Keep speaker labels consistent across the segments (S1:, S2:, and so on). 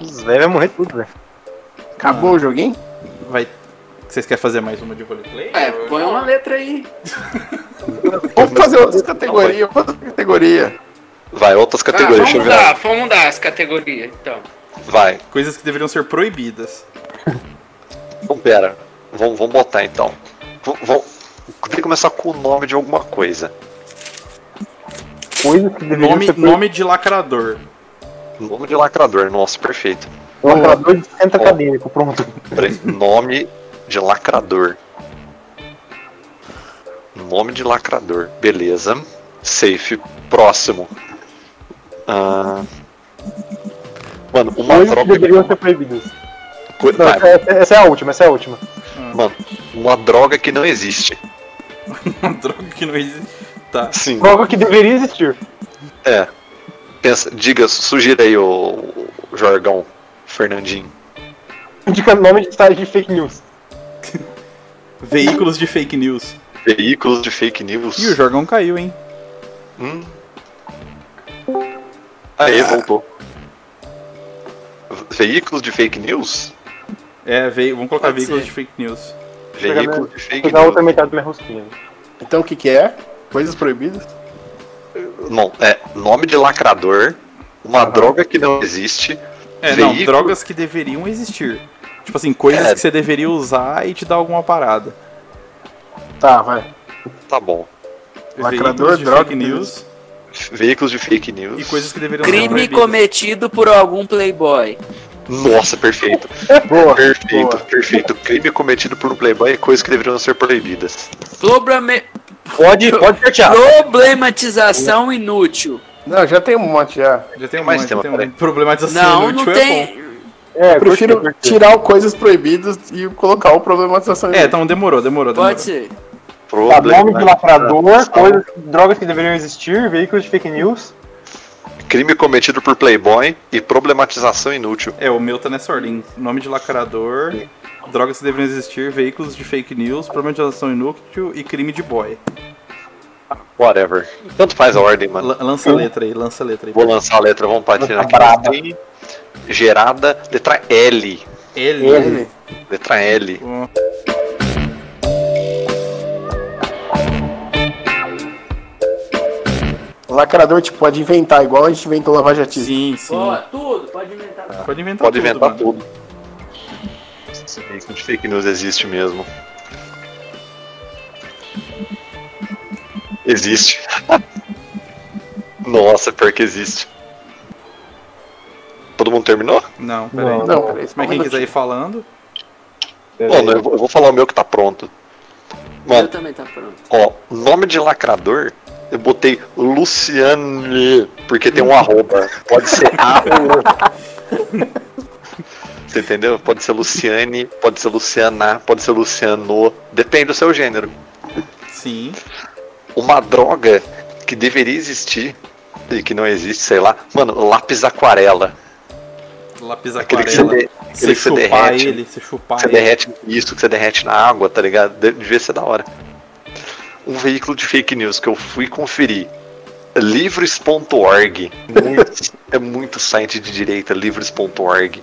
S1: Os velhos vai morrer tudo, velho.
S2: Acabou o joguinho?
S3: Vai. Vocês querem fazer mais uma de roleplay?
S4: É, põe uma letra aí.
S2: Vamos fazer outras categorias, vamos fazer outra categoria.
S5: Vai, outras
S4: Ah,
S5: categorias,
S4: vamos
S5: deixa eu ver.
S4: mudar, vamos mudar as categorias, então.
S5: Vai,
S3: Coisas que deveriam ser proibidas.
S5: então pera. Vamos, vamos botar então. V- Vamos. Tem que começar com o nome de alguma coisa.
S1: Coisas que deveriam
S3: Nome,
S1: ser
S3: nome de lacrador.
S5: Nome de lacrador, nossa, perfeito.
S1: um lacrador de centro acadêmico, pronto.
S5: Peraí, nome de lacrador. Nome de lacrador, beleza. Safe, próximo. Ah, Mano, uma
S1: Coisas que
S5: droga.
S1: deveriam ser proibidas.
S5: co-
S1: Não,
S5: vai,
S1: essa, essa- essa é a última, essa é a última.
S5: Mano, uma droga que não existe.
S3: Uma droga Um que não existe. Tá.
S5: Sim.
S1: Droga que deveria existir.
S5: É. Pensa, diga, sugira aí o, o jargão, Fernandinho.
S1: Indica nome de site de fake news.
S3: Veículos de fake news.
S5: Veículos de fake news.
S3: E o jargão caiu, hein?
S5: Hum. Aê, voltou. Veículos de fake news?
S3: É, veio. Vamos colocar
S4: Pode
S3: veículos
S4: ser.
S3: de fake news.
S5: Veículos de fake
S1: Vou dar outra
S5: news.
S1: metade da minha rosquinha.
S2: Então o que que é? Coisas proibidas?
S5: Não, é nome de lacrador, uma droga que não existe.
S3: É, não,
S5: Veículo-
S3: drogas que deveriam existir. Tipo assim, coisas
S5: É.
S3: que você deveria usar e te dar alguma parada.
S2: Tá, vai.
S5: Tá bom.
S2: Lacrador,
S3: Veículos de
S2: droga,
S3: fake news
S5: Veículos de fake news.
S3: e coisas que deveriam ser
S4: Crime
S3: proibidas.
S4: cometido por algum playboy.
S5: Nossa, perfeito.
S2: Boa.
S5: Perfeito,
S2: boa.
S5: perfeito. Crime cometido por um playboy é coisa que deveriam ser proibidas.
S4: Problema-
S1: Pode, pode sortear.
S4: Problematização inútil.
S2: Não, já tem um monte já.
S3: Já tem um
S5: Mas
S3: monte,
S5: tem
S3: já
S5: uma-
S3: tem um monte. Problematização
S4: Não,
S3: inútil
S4: não
S3: é bom.
S4: tem.
S1: É, curtiu,
S2: Eu prefiro
S1: curtiu.
S2: tirar o coisas proibidas e colocar o problematização.
S3: É, então demorou, demorou, demorou.
S4: Pode ser.
S1: Tá, nome de lacrador,
S5: Problematização.
S1: coisas, drogas que deveriam existir, veículos de fake news.
S5: Crime cometido por playboy e problematização inútil.
S3: É, o meu tá nessa ordem. Nome de lacrador, drogas que deveriam existir, veículos de fake news, problematização inútil e crime de boy.
S5: Whatever. Tanto faz a ordem, mano.
S3: Lan- lança a letra aí, lança a letra aí.
S5: Vou lançar a letra, vamos
S1: Letra
S5: patinar aqui.
S1: braba.
S5: Tem Gerada, letra L.
S3: L.
S2: Ele.
S5: Letra L.
S3: Ó,
S2: Lacrador, tipo, pode inventar, igual a gente inventou lavar jatismo.
S3: Sim, sim.
S4: Ó, tudo, pode inventar.
S3: Pode inventar
S5: Pode
S3: Tá tudo,
S5: inventar
S3: mano.
S5: tudo. Esse veículo de fake news existe mesmo. Existe. Nossa, pior que existe. Todo mundo terminou?
S3: Não, peraí.
S1: Não.
S2: Não, peraí,
S3: Mas
S2: só um
S3: quem quiser ir
S2: minutinho.
S3: falando,
S5: Mano, eu vou, eu vou falar o meu que tá pronto. Mano,
S4: Eu também tá pronto.
S5: Ó, nome de lacrador, eu botei Luciane, porque tem um arroba. Pode ser arroba. Você entendeu? Pode ser Luciane, pode ser Luciana, pode ser Luciano. Depende do seu gênero.
S3: sim.
S5: Uma droga que deveria existir e que não existe, sei lá. Mano, lápis aquarela.
S3: Lápis
S5: Aquele que você,
S3: aquarela.
S5: de- aquele
S3: Se
S5: que você
S3: chupar
S5: derrete.
S3: ele, se chupar
S5: Você
S3: ele.
S5: derrete isso que você derrete na água, tá ligado? De- Devia ser da hora. Um veículo de fake news que eu fui conferir. Livros.org. Muito- é muito site de direita, livros.org.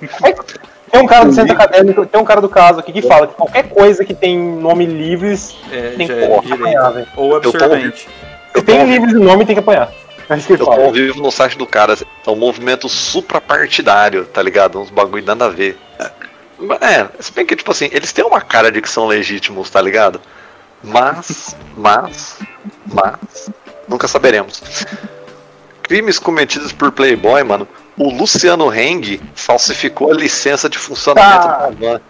S1: Tem um cara do centro acadêmico, tem um cara do caso aqui que fala que qualquer coisa que tem nome livres
S3: É,
S1: tem
S3: já
S1: que
S3: é direito.
S1: apanhar, velho.
S3: Ou
S5: Eu tô
S3: absorvente.
S5: Eu
S1: Se
S5: tô, ao
S1: tem
S5: vivo-
S1: livres no nome, tem que apanhar. É isso que ele
S5: eu tô ao
S1: fala.
S5: vivo no site do cara. É um movimento suprapartidário, tá ligado? Uns bagulho nada a ver. Mas, É, se bem que, tipo assim, eles têm uma cara de que são legítimos, tá ligado? Mas, mas, mas, nunca saberemos. Crimes cometidos por Playboy, mano. O Luciano Heng falsificou a licença de funcionamento
S1: Ah.
S5: da van.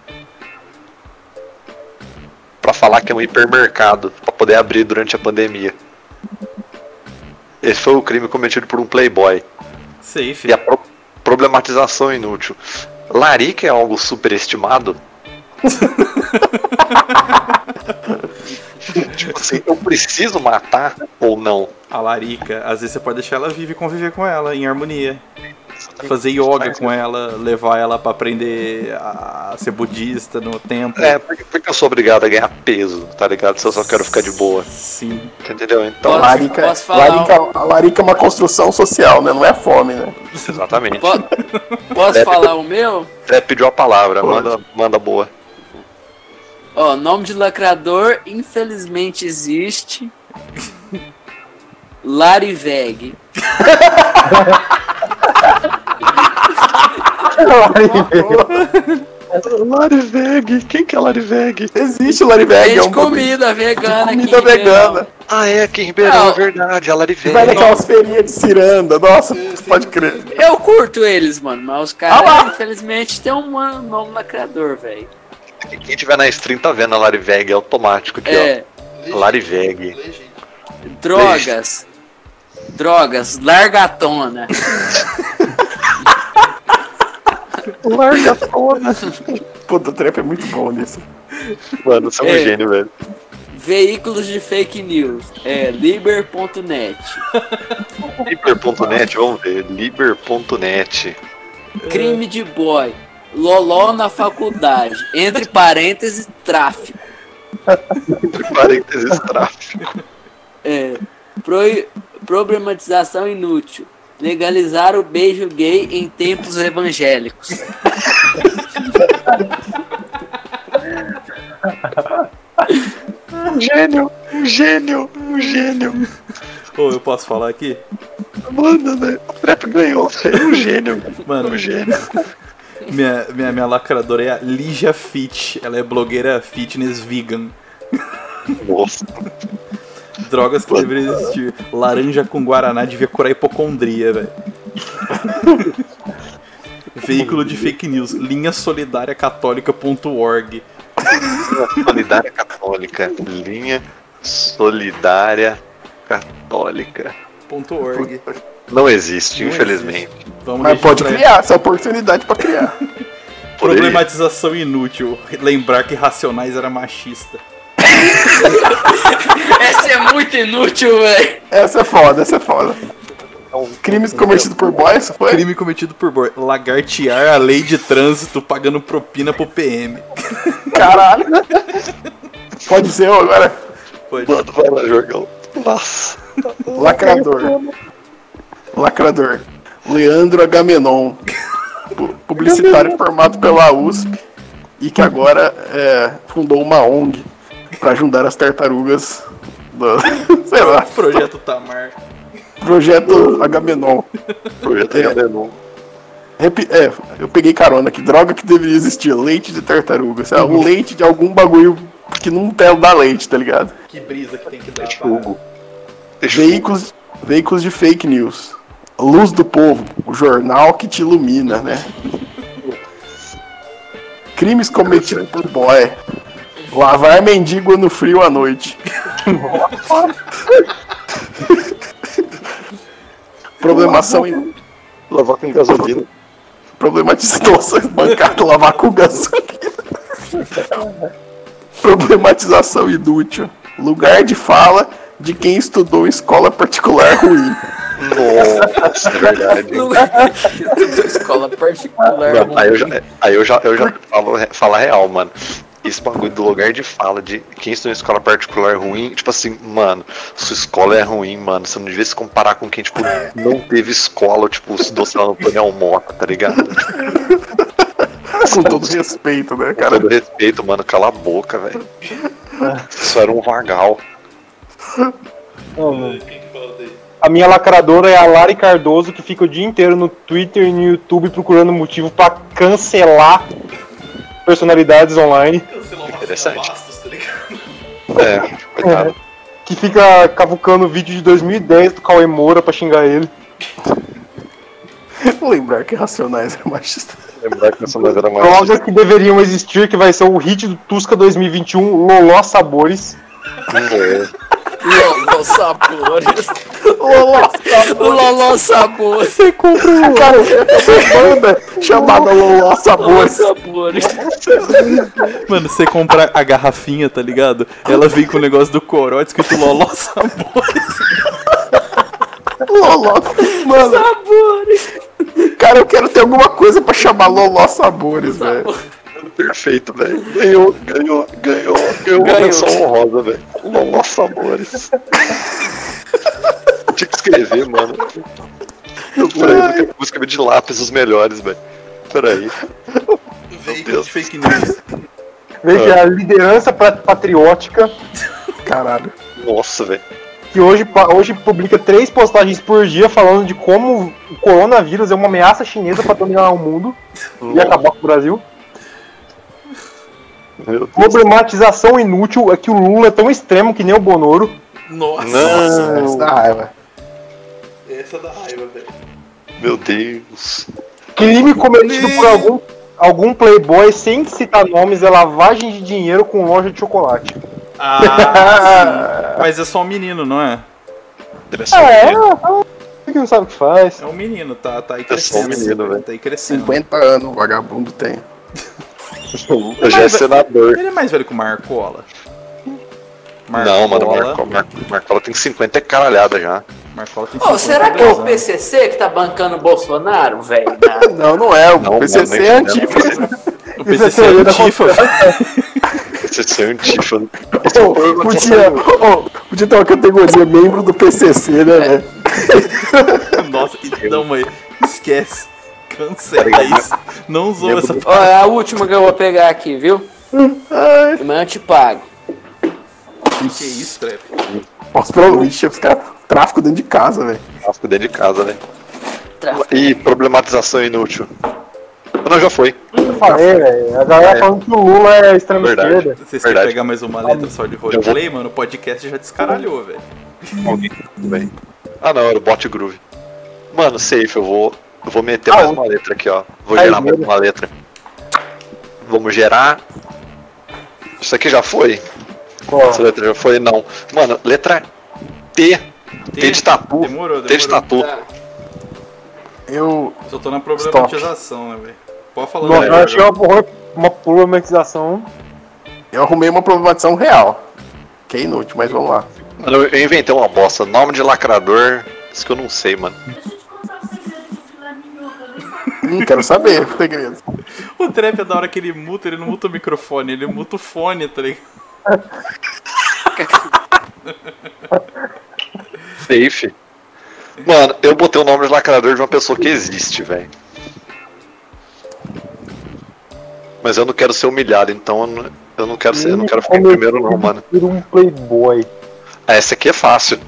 S5: Pra falar que é um hipermercado, pra poder abrir durante a pandemia. Esse foi o crime cometido por um Playboy.
S3: Safe.
S5: E a pro- problematização inútil. Larica é algo superestimado? tipo assim, eu preciso matar ou não?
S3: A larica. Às vezes você pode deixar ela viva e conviver com ela, em harmonia. fazer yoga com ela, levar ela pra aprender a ser budista no templo.
S5: É, porque, porque eu sou obrigado a ganhar peso, tá ligado? Se eu só quero ficar de boa,
S3: Sim.
S5: entendeu? Então,
S4: Posso-
S2: Larica, é-
S4: posso falar
S2: larica- a larica é uma construção social, né? Não é fome, né?
S5: exatamente.
S4: Po- Posso
S5: Deve-
S4: falar o meu?
S5: Trap pediu a palavra, manda, manda boa.
S4: Ó, nome de lacrador, infelizmente existe. Lariveg.
S5: Lariveg, quem que é Lariveg?
S2: Existe o Lariveg, é
S4: Vende
S2: um bagulho
S4: comida vegana aqui.
S3: né?
S2: comida
S4: em Ribeirão.
S2: vegana.
S5: Ah, é, aqui em Ribeirão,
S4: Não.
S5: é verdade, a Lariveg.
S2: Vai naquelas feirinhas de ciranda, nossa, pode crer.
S4: Eu curto eles, mano, mas os
S2: Ah lá!
S4: caras, infelizmente, tem um mano- nome lacrador, velho.
S5: Quem tiver na stream tá vendo a Lariveg, é automático aqui,
S4: É,
S5: ó. Lariveg.
S4: drogas. Drogas, largatona.
S2: Larga foda. Puta, o trap é muito bom nisso.
S5: Mano, você é um
S4: É.
S5: gênio, velho.
S4: Veículos de fake news. É, liber.net.
S5: Liber.net, vamos ver. Liber.net.
S4: Crime de boy. Loló na faculdade. Entre parênteses, tráfico.
S5: Entre parênteses, tráfico.
S4: É, proi- problematização inútil. Legalizar o beijo gay em tempos evangélicos.
S5: Um gênio, um gênio, um gênio.
S3: Ô, eu posso falar aqui?
S5: Mano, né? O Trap ganhou, você é um gênio,
S3: Mano,
S5: gênio.
S3: minha, minha, minha lacradora é a Ligia Fit. Ela é blogueira fitness vegan.
S5: Nossa,
S3: Drogas que deveriam existir. Laranja com guaraná devia curar hipocondria, velho. Veículo de fake news. Linha solidária católica.org.
S5: Solidária Católica. Linha Solidária Católica.
S3: .org.
S5: Não existe,
S3: Não
S5: infelizmente.
S3: Vamos
S2: Mas pode
S3: registrar.
S2: criar, essa é a oportunidade pra criar.
S5: Poderia-
S3: Problematização inútil. Lembrar que Racionais era machista.
S4: Essa é muito inútil, velho.
S2: Essa é foda, essa é foda. Crimes cometidos por boys, foi?
S3: Crime cometido por boy. Lagartear a lei de trânsito pagando propina pro PM.
S2: Caralho. Pode ser eu agora.
S3: Pode.
S5: Mano, vai lá, Jorgão. Nossa.
S2: Lacrador. Lacrador. Leandro Agamenon. pu- Publicitário formado pela USP e que agora é, fundou uma ONG para ajudar as tartarugas do, sei lá,
S3: Projeto Tamar.
S2: projeto Agamenon.
S5: Projeto
S2: É.
S5: Galenum.
S2: Repi- é, eu peguei carona aqui. Droga que deveria existir, leite de tartaruga. Sei lá, um leite de algum bagulho que não tem dá leite, tá ligado?
S3: Que brisa que tem que dar.
S5: Hugo.
S2: Veículos, veículos de fake news. Luz do Povo, o jornal que te ilumina, né? Crimes cometidos por boy. Lavar mendigo no frio à noite. Problemação in...
S5: Lavar com gasolina.
S2: Problematização bancada, lavar com gasolina. Problematização inútil. Lugar de fala de quem estudou em escola particular ruim.
S5: Nossa, é verdade.
S4: Escola particular.
S5: Mano, aí eu já, aí eu já, eu já falo, falo a real, mano. Esse bagulho do lugar de fala de quem estuda em escola particular ruim, tipo assim, mano, sua escola é ruim, mano. Você não devia se comparar com quem, tipo, não teve escola, ou, tipo, estudou, sei lá, no Daniel Mota, tá ligado?
S2: Com todo respeito, né,
S5: Cara,
S2: cara?
S5: do respeito, mano, cala a boca, velho. Isso era um vagal.
S1: A minha lacradora é a Lari Cardoso, que fica o dia inteiro no Twitter e no YouTube procurando motivo pra cancelar personalidades online.
S5: Interessante. É, coitado.
S1: Que fica cavucando vídeo de 2010 do Cauê Moura pra xingar ele.
S2: Lembrar que Racionais era machista.
S5: Lembrar que essa mulher era mais.
S1: Drogas que deveriam existir, que vai ser o hit do Tusca 2021, Loló Sabores.
S5: É.
S4: Loló sabores.
S2: Loló,
S4: Loló sabores.
S1: Você compra o
S2: cara, essa banda chamada Loló
S4: Loló
S2: Sabores.
S4: sabores.
S3: Mano, você comprar a garrafinha, tá ligado? Ela vem com o negócio do corote escrito Loló Sabor.
S2: Loló. Mano,
S4: Sabores.
S2: Cara, eu quero ter alguma coisa pra chamar Loló Sabores, velho.
S5: Perfeito, velho. Ganhou, ganhou, ganhou, ganhou. Uma menção honrosa, velho. Loló Sabores. Tinha que escrever, mano. Eu falei, eu vou escrever de lápis os melhores, velho. Peraí.
S3: Veículo de fake news.
S1: Veja, a liderança pra- patriótica,
S2: Caralho.
S5: Nossa, velho.
S1: que hoje, pa- hoje publica três postagens por dia falando de como o coronavírus é uma ameaça chinesa pra dominar o mundo e acabar com o Brasil.
S5: Meu Deus.
S1: Problematização inútil é que o Lula é tão extremo que nem o Bonoro.
S3: Nossa,
S5: Não.
S2: Ah, Isso dá raiva.
S3: essa é da raiva, velho.
S5: Meu Deus.
S1: Crime cometido por algum, algum playboy sem citar nomes é lavagem de dinheiro com loja de chocolate.
S3: Ah, sim. Mas é só um menino, não é?
S5: Ele é só
S1: Ah, é?
S5: um
S1: Por que não sabe o que faz?
S3: É um menino, tá, tá aí
S5: É só
S3: crescendo.
S5: um menino, velho.
S3: Tá aí crescendo.
S2: 50 anos o vagabundo tem.
S5: menino. Eu já é senador.
S3: Ele é mais velho que o Marcola.
S5: Não, mano, o Marco- Marco- Marcola tem 50 e caralhada já.
S3: Marcola tem
S4: Ô, será que é o
S3: 52 anos.
S4: PCC que tá bancando o Bolsonaro, velho?
S2: Não, não é. O
S5: Não,
S2: PCC
S5: não,
S2: é
S5: nem-
S2: antifa.
S3: O
S1: Isso é
S3: PCC
S1: teoria da
S3: Antifa, velho.
S5: Você é antífano.
S2: Ô,
S5: é
S2: podia, ô, podia ter uma categoria membro do PCC, né, velho?
S3: Nossa, e- não, mãe. Esquece. Cancela isso. Não usou essa
S4: Ó, é a última que eu vou pegar aqui, viu? Amanhã eu te pago.
S3: Que isso, Trep?
S2: Nossa, pelo vixe, os caras tráfico dentro de casa, velho.
S5: Fico dentro de casa, né?
S4: Tráfico.
S5: E problematização inútil. Ah, Não, já foi.
S1: Eu falei, velho. A galera
S5: um É.
S1: falando que o Lula é extrema
S5: Verdade.
S1: esquerda.
S3: Vocês
S5: Verdade.
S3: querem pegar mais uma letra só de roleplay, mano? O podcast já descaralhou, velho.
S5: Alguém tudo bem. Ah não, era o bot groove. Mano, safe, eu vou. Eu vou meter
S1: Ah,
S5: mais
S1: o-
S5: uma letra aqui, ó. Vou
S1: Aí,
S5: gerar mais
S1: beleza.
S5: uma letra. Vamos gerar. Isso aqui já foi?
S1: Ó,
S5: Essa letra já foi? Não. Mano, letra T. T, de tatu.
S3: Demorou,
S5: T de
S3: demorou.
S5: tatu.
S2: Eu.
S3: Só tô na problematização, né, velho? Pode falar,
S1: Bom,
S5: é
S3: né,
S1: eu
S3: Jorge?
S1: achei uma, porra- uma problematização.
S2: Eu arrumei uma problematização real. Que é inútil, mas vamos lá.
S5: Mano, eu- eu inventei uma bosta. Nome de lacrador. Isso que eu não sei, mano.
S2: Hum, quero saber o segredo.
S3: O Trep é da hora que ele muta, ele não muta o microfone, ele muta o fone, tá ligado?
S5: Safe. Mano, eu botei o nome de lacrador de uma pessoa que existe, velho. Mas eu não quero ser humilhado, então eu não, eu não quero ser, eu não quero ficar em primeiro não, mano.
S1: Por um playboy.
S5: Ah, essa aqui é fácil.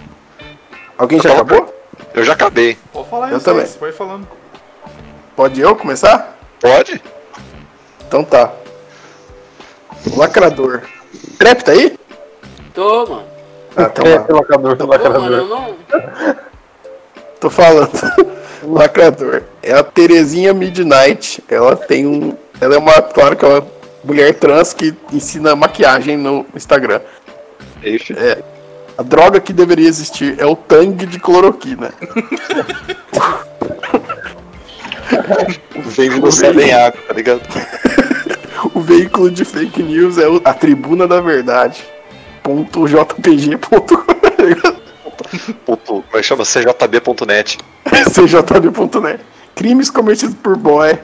S2: Alguém já
S5: Fala pra-
S2: acabou?
S5: Eu já acabei.
S3: Pode falar aí,
S2: Eu
S3: vocês,
S2: também.
S3: Você vai falando.
S2: Pode eu começar?
S5: Pode?
S2: Então tá. Lacrador. Trep tá aí?
S4: Tô, mano.
S2: Ah, então
S1: é,
S2: lá.
S1: lacrador,
S4: Tô, mano, eu
S1: lacrador.
S4: não.
S2: Tô falando. Lacrador. É a Terezinha Midnight. Ela tem um. Ela é uma. Claro que é uma mulher trans que ensina maquiagem no Instagram.
S5: Safe.
S2: A droga que deveria existir é o tangue de cloroquina.
S5: Vem no Seven Água, tá ligado?
S2: O veículo de fake news é o- a tribuna da verdade. Ponto JPG. Ponto...
S5: Ponto, mas é chama cjb.net.
S2: CJB.net. Crimes cometidos por boy.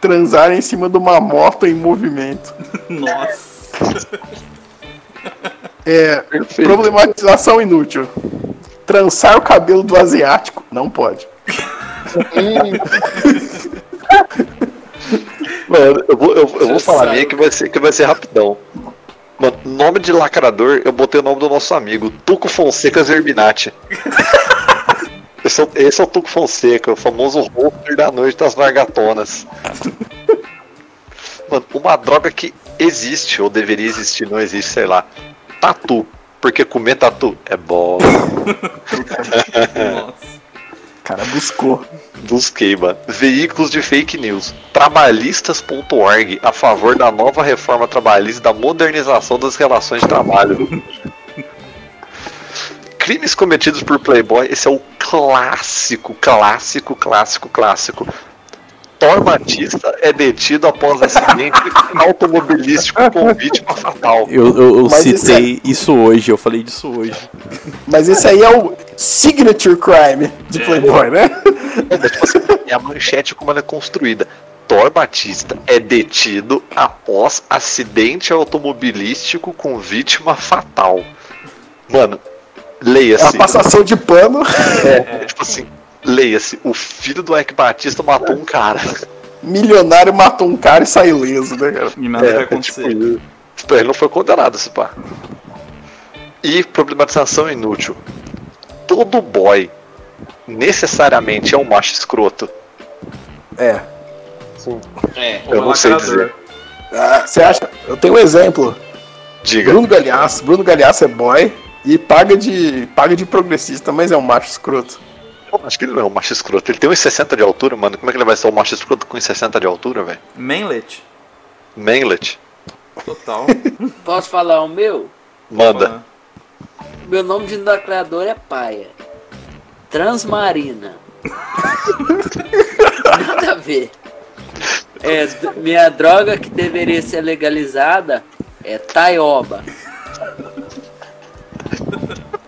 S2: Transar em cima de uma moto em movimento.
S3: Nossa.
S2: É. Problematização inútil. Trançar o cabelo do asiático. Não pode.
S5: Mano, eu vou, eu, eu vou falar a minha que vai, ser, que vai ser rapidão. Mano, nome de lacrador, eu botei o nome do nosso amigo, Tuco Fonseca Zerbinati. esse, é, o- esse é o Tuco Fonseca, o famoso roster da noite das margatonas. Mano, uma droga que existe, ou deveria existir, não existe, sei lá. Tatu. Porque comer tatu é bom.
S3: Nossa.
S2: O cara buscou.
S5: dos queima. Veículos de fake news. Trabalhistas.org a favor da nova reforma trabalhista e da modernização das relações de trabalho. Crimes cometidos por Playboy, esse é o clássico, clássico, clássico, clássico. Thor Batista é detido após acidente automobilístico com vítima fatal.
S3: Eu,
S2: Mas isso citei
S3: isso hoje, eu falei disso hoje.
S2: Mas esse aí é o. Signature Crime de Playboy, né?
S5: É, tipo assim, é a manchete como ela é construída. Thor Batista é detido após acidente automobilístico com vítima fatal. Mano,
S2: É uma
S5: leia-se.
S2: passação de pano.
S5: É, tipo assim, leia-se. O filho do Ike Batista matou um cara.
S2: Milionário matou um cara e saiu leso, né, cara?
S3: E nada
S5: É,
S3: vai
S5: é tipo,
S3: acontecer.
S5: Tipo, ele não foi condenado, esse pá. E problematização inútil. Todo boy necessariamente é um macho escroto.
S2: É.
S4: É.
S3: Ou
S5: eu não sei
S3: lacrador.
S2: Ah, Você acha? Eu tenho um exemplo.
S5: Diga.
S2: Bruno Galhaço. Bruno Galhaço é boy e paga de, paga de progressista, mas é um macho escroto.
S5: Eu acho que ele não é um macho escroto. Ele tem uns 60 de altura, mano. Como é que ele vai ser um macho escroto com uns 60 de altura, velho?
S3: Manlet.
S5: Manlet.
S3: Total.
S4: Posso falar o meu?
S5: Manda.
S4: Meu nome de lacrador é paia. Transmarina. Nada a ver. É, d- minha droga que deveria ser legalizada é taioba.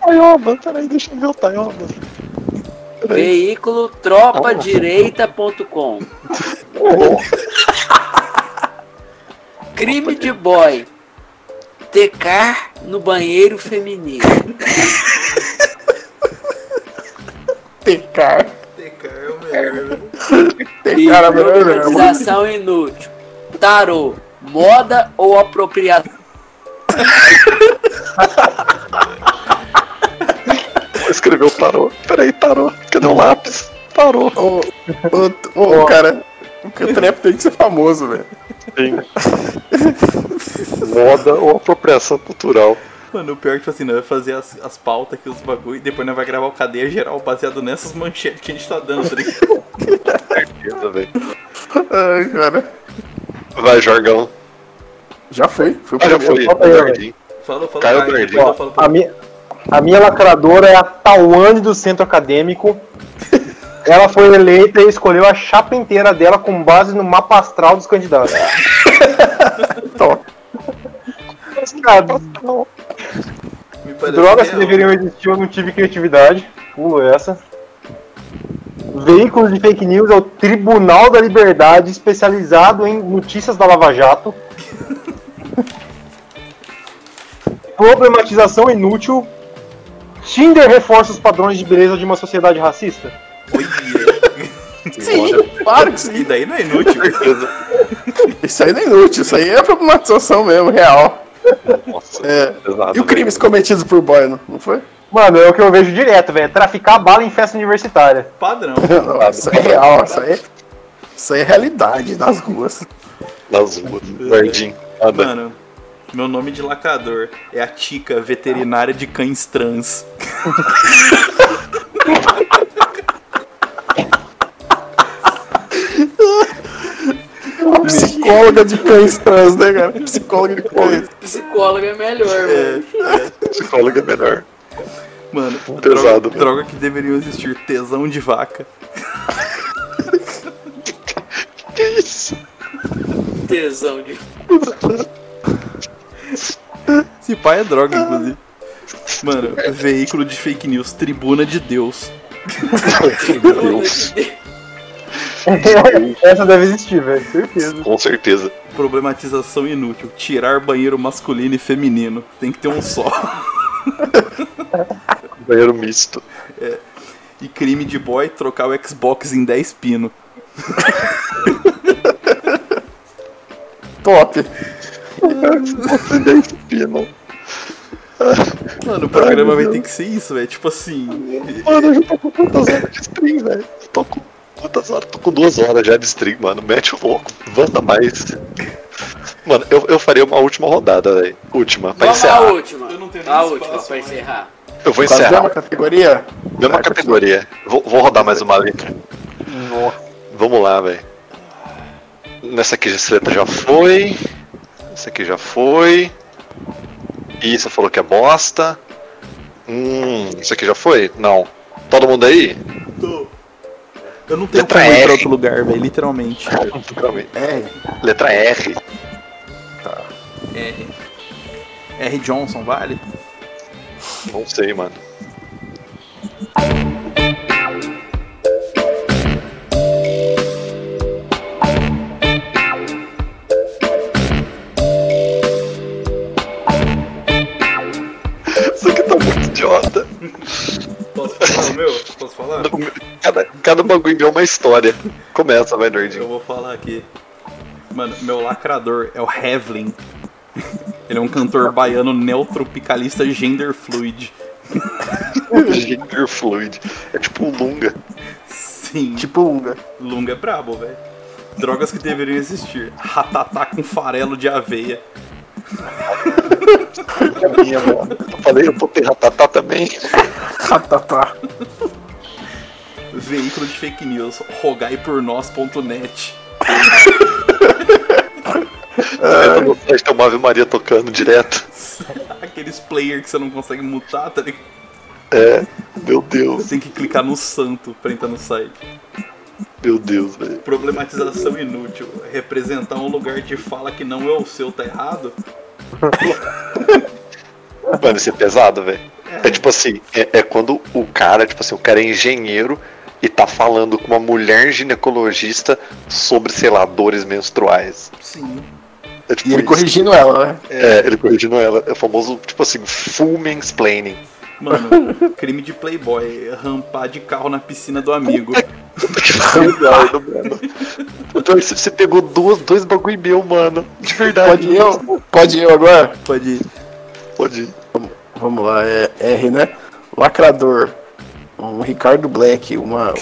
S5: Taioba, peraí, deixa eu ver o Taioba.
S4: Veículo tropadireita.com Crime de boy. Tecar no banheiro feminino.
S2: Tecar.
S4: E
S2: Tecar é o melhor mesmo.
S4: Problematização inútil. Tarô. Moda ou apropriação?
S5: Escreveu tarô. Peraí, tarô. Cadê o lápis? Tarô.
S2: Ô, ô, ô, cara, o que o trap tem que ser famoso, velho.
S5: Moda ou apropriação cultural.
S3: Mano, o pior é que, tipo assim, nós vai fazer as, as pautas aqui, os bagulho, e depois nós vai gravar o cadeia geral baseado nessas manchetes que a gente tá dando, tá ligado?
S5: Beleza, velho.
S2: Ai, cara.
S5: Vai, Jorgão.
S2: Já foi. Foi o
S5: Ah, já
S2: primeiro.
S5: foi.
S1: Fala aí,
S5: Jorginho.
S3: Fala, fala,
S5: Caio
S3: Caio,
S5: Berlim.
S3: fala, fala,
S1: A
S3: fala.
S1: minha, a minha lacradora é a Tawane do centro acadêmico. Ela foi eleita e escolheu a chapa inteira dela com base no mapa astral dos candidatos.
S2: Top.
S1: Cara,
S3: Me parece é
S1: drogas que
S3: real.
S1: deveriam existir, eu não tive criatividade. Pulo essa. Veículo de fake news é o Tribunal da Liberdade, especializado em notícias da Lava Jato. Problematização inútil. Tinder reforça os padrões de beleza de uma sociedade racista.
S2: Sim, claro que
S3: E
S2: sim.
S3: daí não é inútil.
S2: Isso aí não é inútil, isso aí é problematização mesmo, real.
S5: Nossa,
S2: É.
S5: pesado,
S2: E o crimes cometidos por boy, não, não foi?
S1: Mano, é o que eu vejo direto, velho. Traficar bala em festa universitária.
S3: Padrão.
S2: Não, isso aí é real, isso aí é, isso aí é realidade nas ruas.
S5: velho. Nas ruas. Jardim. Nada.
S3: Mano, meu nome de lacrador é a Tica, veterinária de cães trans.
S2: A psicóloga de cães trans, né, cara? Psicóloga de cães.
S4: Psicóloga é melhor, mano.
S5: Psicólogo é melhor.
S3: Mano,
S5: Pesado.
S3: droga, droga que deveriam existir, tesão de vaca.
S5: Que isso?
S4: Tesão de.
S3: Se pai é droga, inclusive. Mano, veículo de fake news, tribuna de Deus.
S5: Deus.
S1: Essa deve existir, velho. Certeza.
S5: Com certeza.
S3: Problematização inútil. Tirar banheiro masculino e feminino. Tem que ter um só.
S5: Banheiro misto.
S3: E crime de boy trocar o Xbox em 10 pino.
S2: Top.
S5: Pino.
S3: Mano, o programa vai ter que ser isso, velho. Tipo assim.
S5: Mano, eu já tô com quantas horas de stream, velho? Tô com quantas horas? Tô com duas horas já de stream, mano. Mete o louco. Vanda mais. Mano, eu, eu faria uma última rodada, velho. Última, pra
S4: Vamos à
S5: encerrar.
S4: última.
S3: não tenho nem
S4: A
S3: espaço,
S4: última pra encerrar.
S5: Eu vou
S2: Quase
S5: encerrar.
S2: mesma categoria?
S5: Mesma categoria. Vou, vou rodar mais uma letra. Vamos lá, velho. Nessa aqui essa letra já foi. Essa aqui já foi. Ih, você falou que é bosta. Hum, isso aqui já foi? Não. Todo mundo aí?
S3: Eu não tenho
S5: Letra
S3: como ir
S5: R.
S3: pra outro lugar, velho. Literalmente.
S2: É.
S5: Letra R.
S3: R. R. Johnson, vale?
S5: Não sei, mano. Isso aqui tá muito idiota.
S3: Posso falar o meu? Posso falar?
S5: Cada, cada bagulho é uma história. Começa, vai, Nerdinho.
S3: Eu vou falar aqui. Mano, meu lacrador é o Hevlin. Ele é um cantor baiano neotropicalista gender fluid.
S5: Gender fluid. É tipo um lunga.
S3: Sim.
S2: Tipo Unga.
S3: Lunga é brabo, velho. Drogas que deveriam existir. Ratatá com farelo de aveia.
S5: Eu falei, eu tô ter ratatá também.
S2: Tá, Ratatá.
S3: Veículo de fake news. Rogai-por-nós.net.
S5: É, no site tem uma Ave Maria tocando direto.
S3: Aqueles player que você não consegue mutar, tá ligado?
S5: É, meu Deus,
S3: Você tem que clicar no santo pra entrar no site.
S5: meu Deus, velho.
S3: Problematização inútil. Representar um lugar de fala que não é o seu tá errado?
S5: Mano, isso é pesado, velho. É tipo assim, é, é quando o cara, tipo assim, o cara é engenheiro e tá falando com uma mulher ginecologista sobre, sei lá, dores menstruais.
S3: Sim.
S5: É tipo
S2: E ele
S5: isso.
S2: corrigindo ela, né?
S5: É, ele corrigindo ela. É o famoso, tipo assim, full mansplaining.
S3: Mano, crime de playboy. Rampar de carro na piscina do amigo.
S5: Obrigado, mano. Então, você você pegou duas, dois bagulho meu, mano. De verdade.
S2: Pode ir eu? Pode ir eu agora?
S3: Pode ir.
S5: Pode ir.
S2: Vamos lá, é R, né? Lacrador. Um Ricardo Black, uma,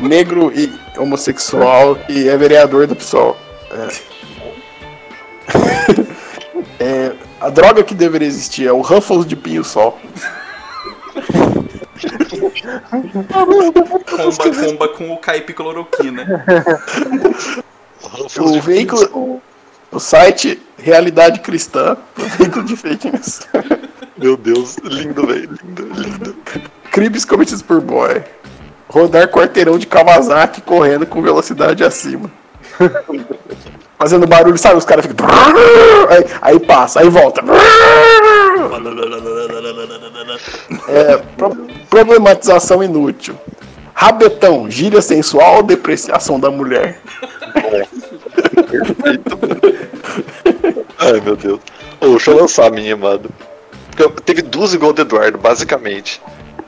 S2: um negro e homossexual e é vereador do PSOL. É. É, a droga que deveria existir é o Ruffles de Pinho Sol.
S3: Comba, comba com o caipicloroquina.
S5: tipo,
S2: O veículo. O site Realidade Cristã, o veículo de fake news.
S5: Meu Deus, lindo, velho. Lindo, lindo.
S2: Crimes cometidos por boy. Rodar quarteirão de Kawasaki correndo com velocidade acima. Fazendo barulho, sabe? Os caras ficam. Aí, aí passa, aí volta. É, pro- problematização inútil. Rabetão, gíria sensual ou depreciação da mulher?
S5: Perfeito. Ai, meu Deus. Ô, deixa eu lançar a minha, mano. Porque eu- Teve duas igual do Eduardo, basicamente.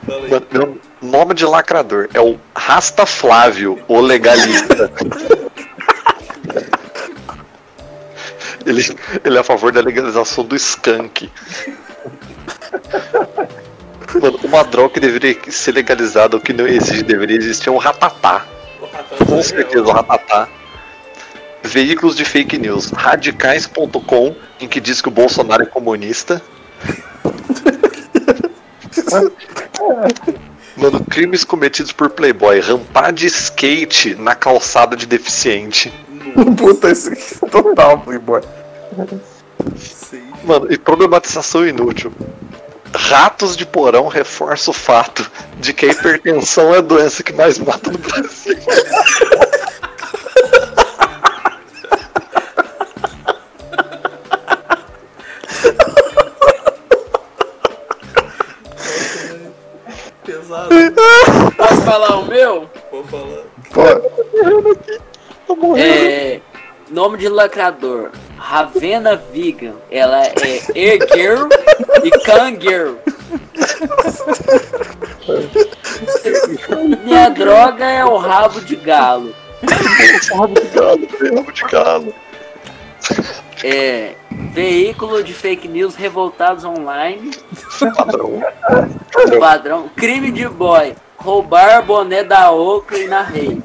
S3: Fala aí.
S5: Mano, meu nome de lacrador é o Rasta Flávio, o legalista. ele, ele é a favor da legalização do skunk. Mano, uma droga que deveria ser legalizada, o que não existe, deveria existir é um ratatá.
S3: O ratão
S5: Com
S3: é
S5: certeza, o Ratatá. Veículos de fake news. Radicais.com, em que diz que o Bolsonaro é comunista. Mano, crimes cometidos por Playboy. Rampar de skate na calçada de deficiente.
S2: Puta, isso aqui é total, Playboy.
S3: Sim.
S5: Mano, e problematização inútil. Ratos de porão reforça o fato de que a hipertensão é a doença que mais mata no Brasil.
S3: Pesado.
S4: Posso falar o meu?
S3: Vou falar.
S2: Pô,
S4: É. Nome de lacrador. Ravena Vegan. Ela é E-Girl e Kangirl. Minha droga é o rabo de galo.
S5: Rabo de galo, rabo de galo.
S4: É. Veículo de fake news revoltados online.
S5: Padrão.
S4: Padrão. Crime de boy. Roubar boné da Oakley na rede.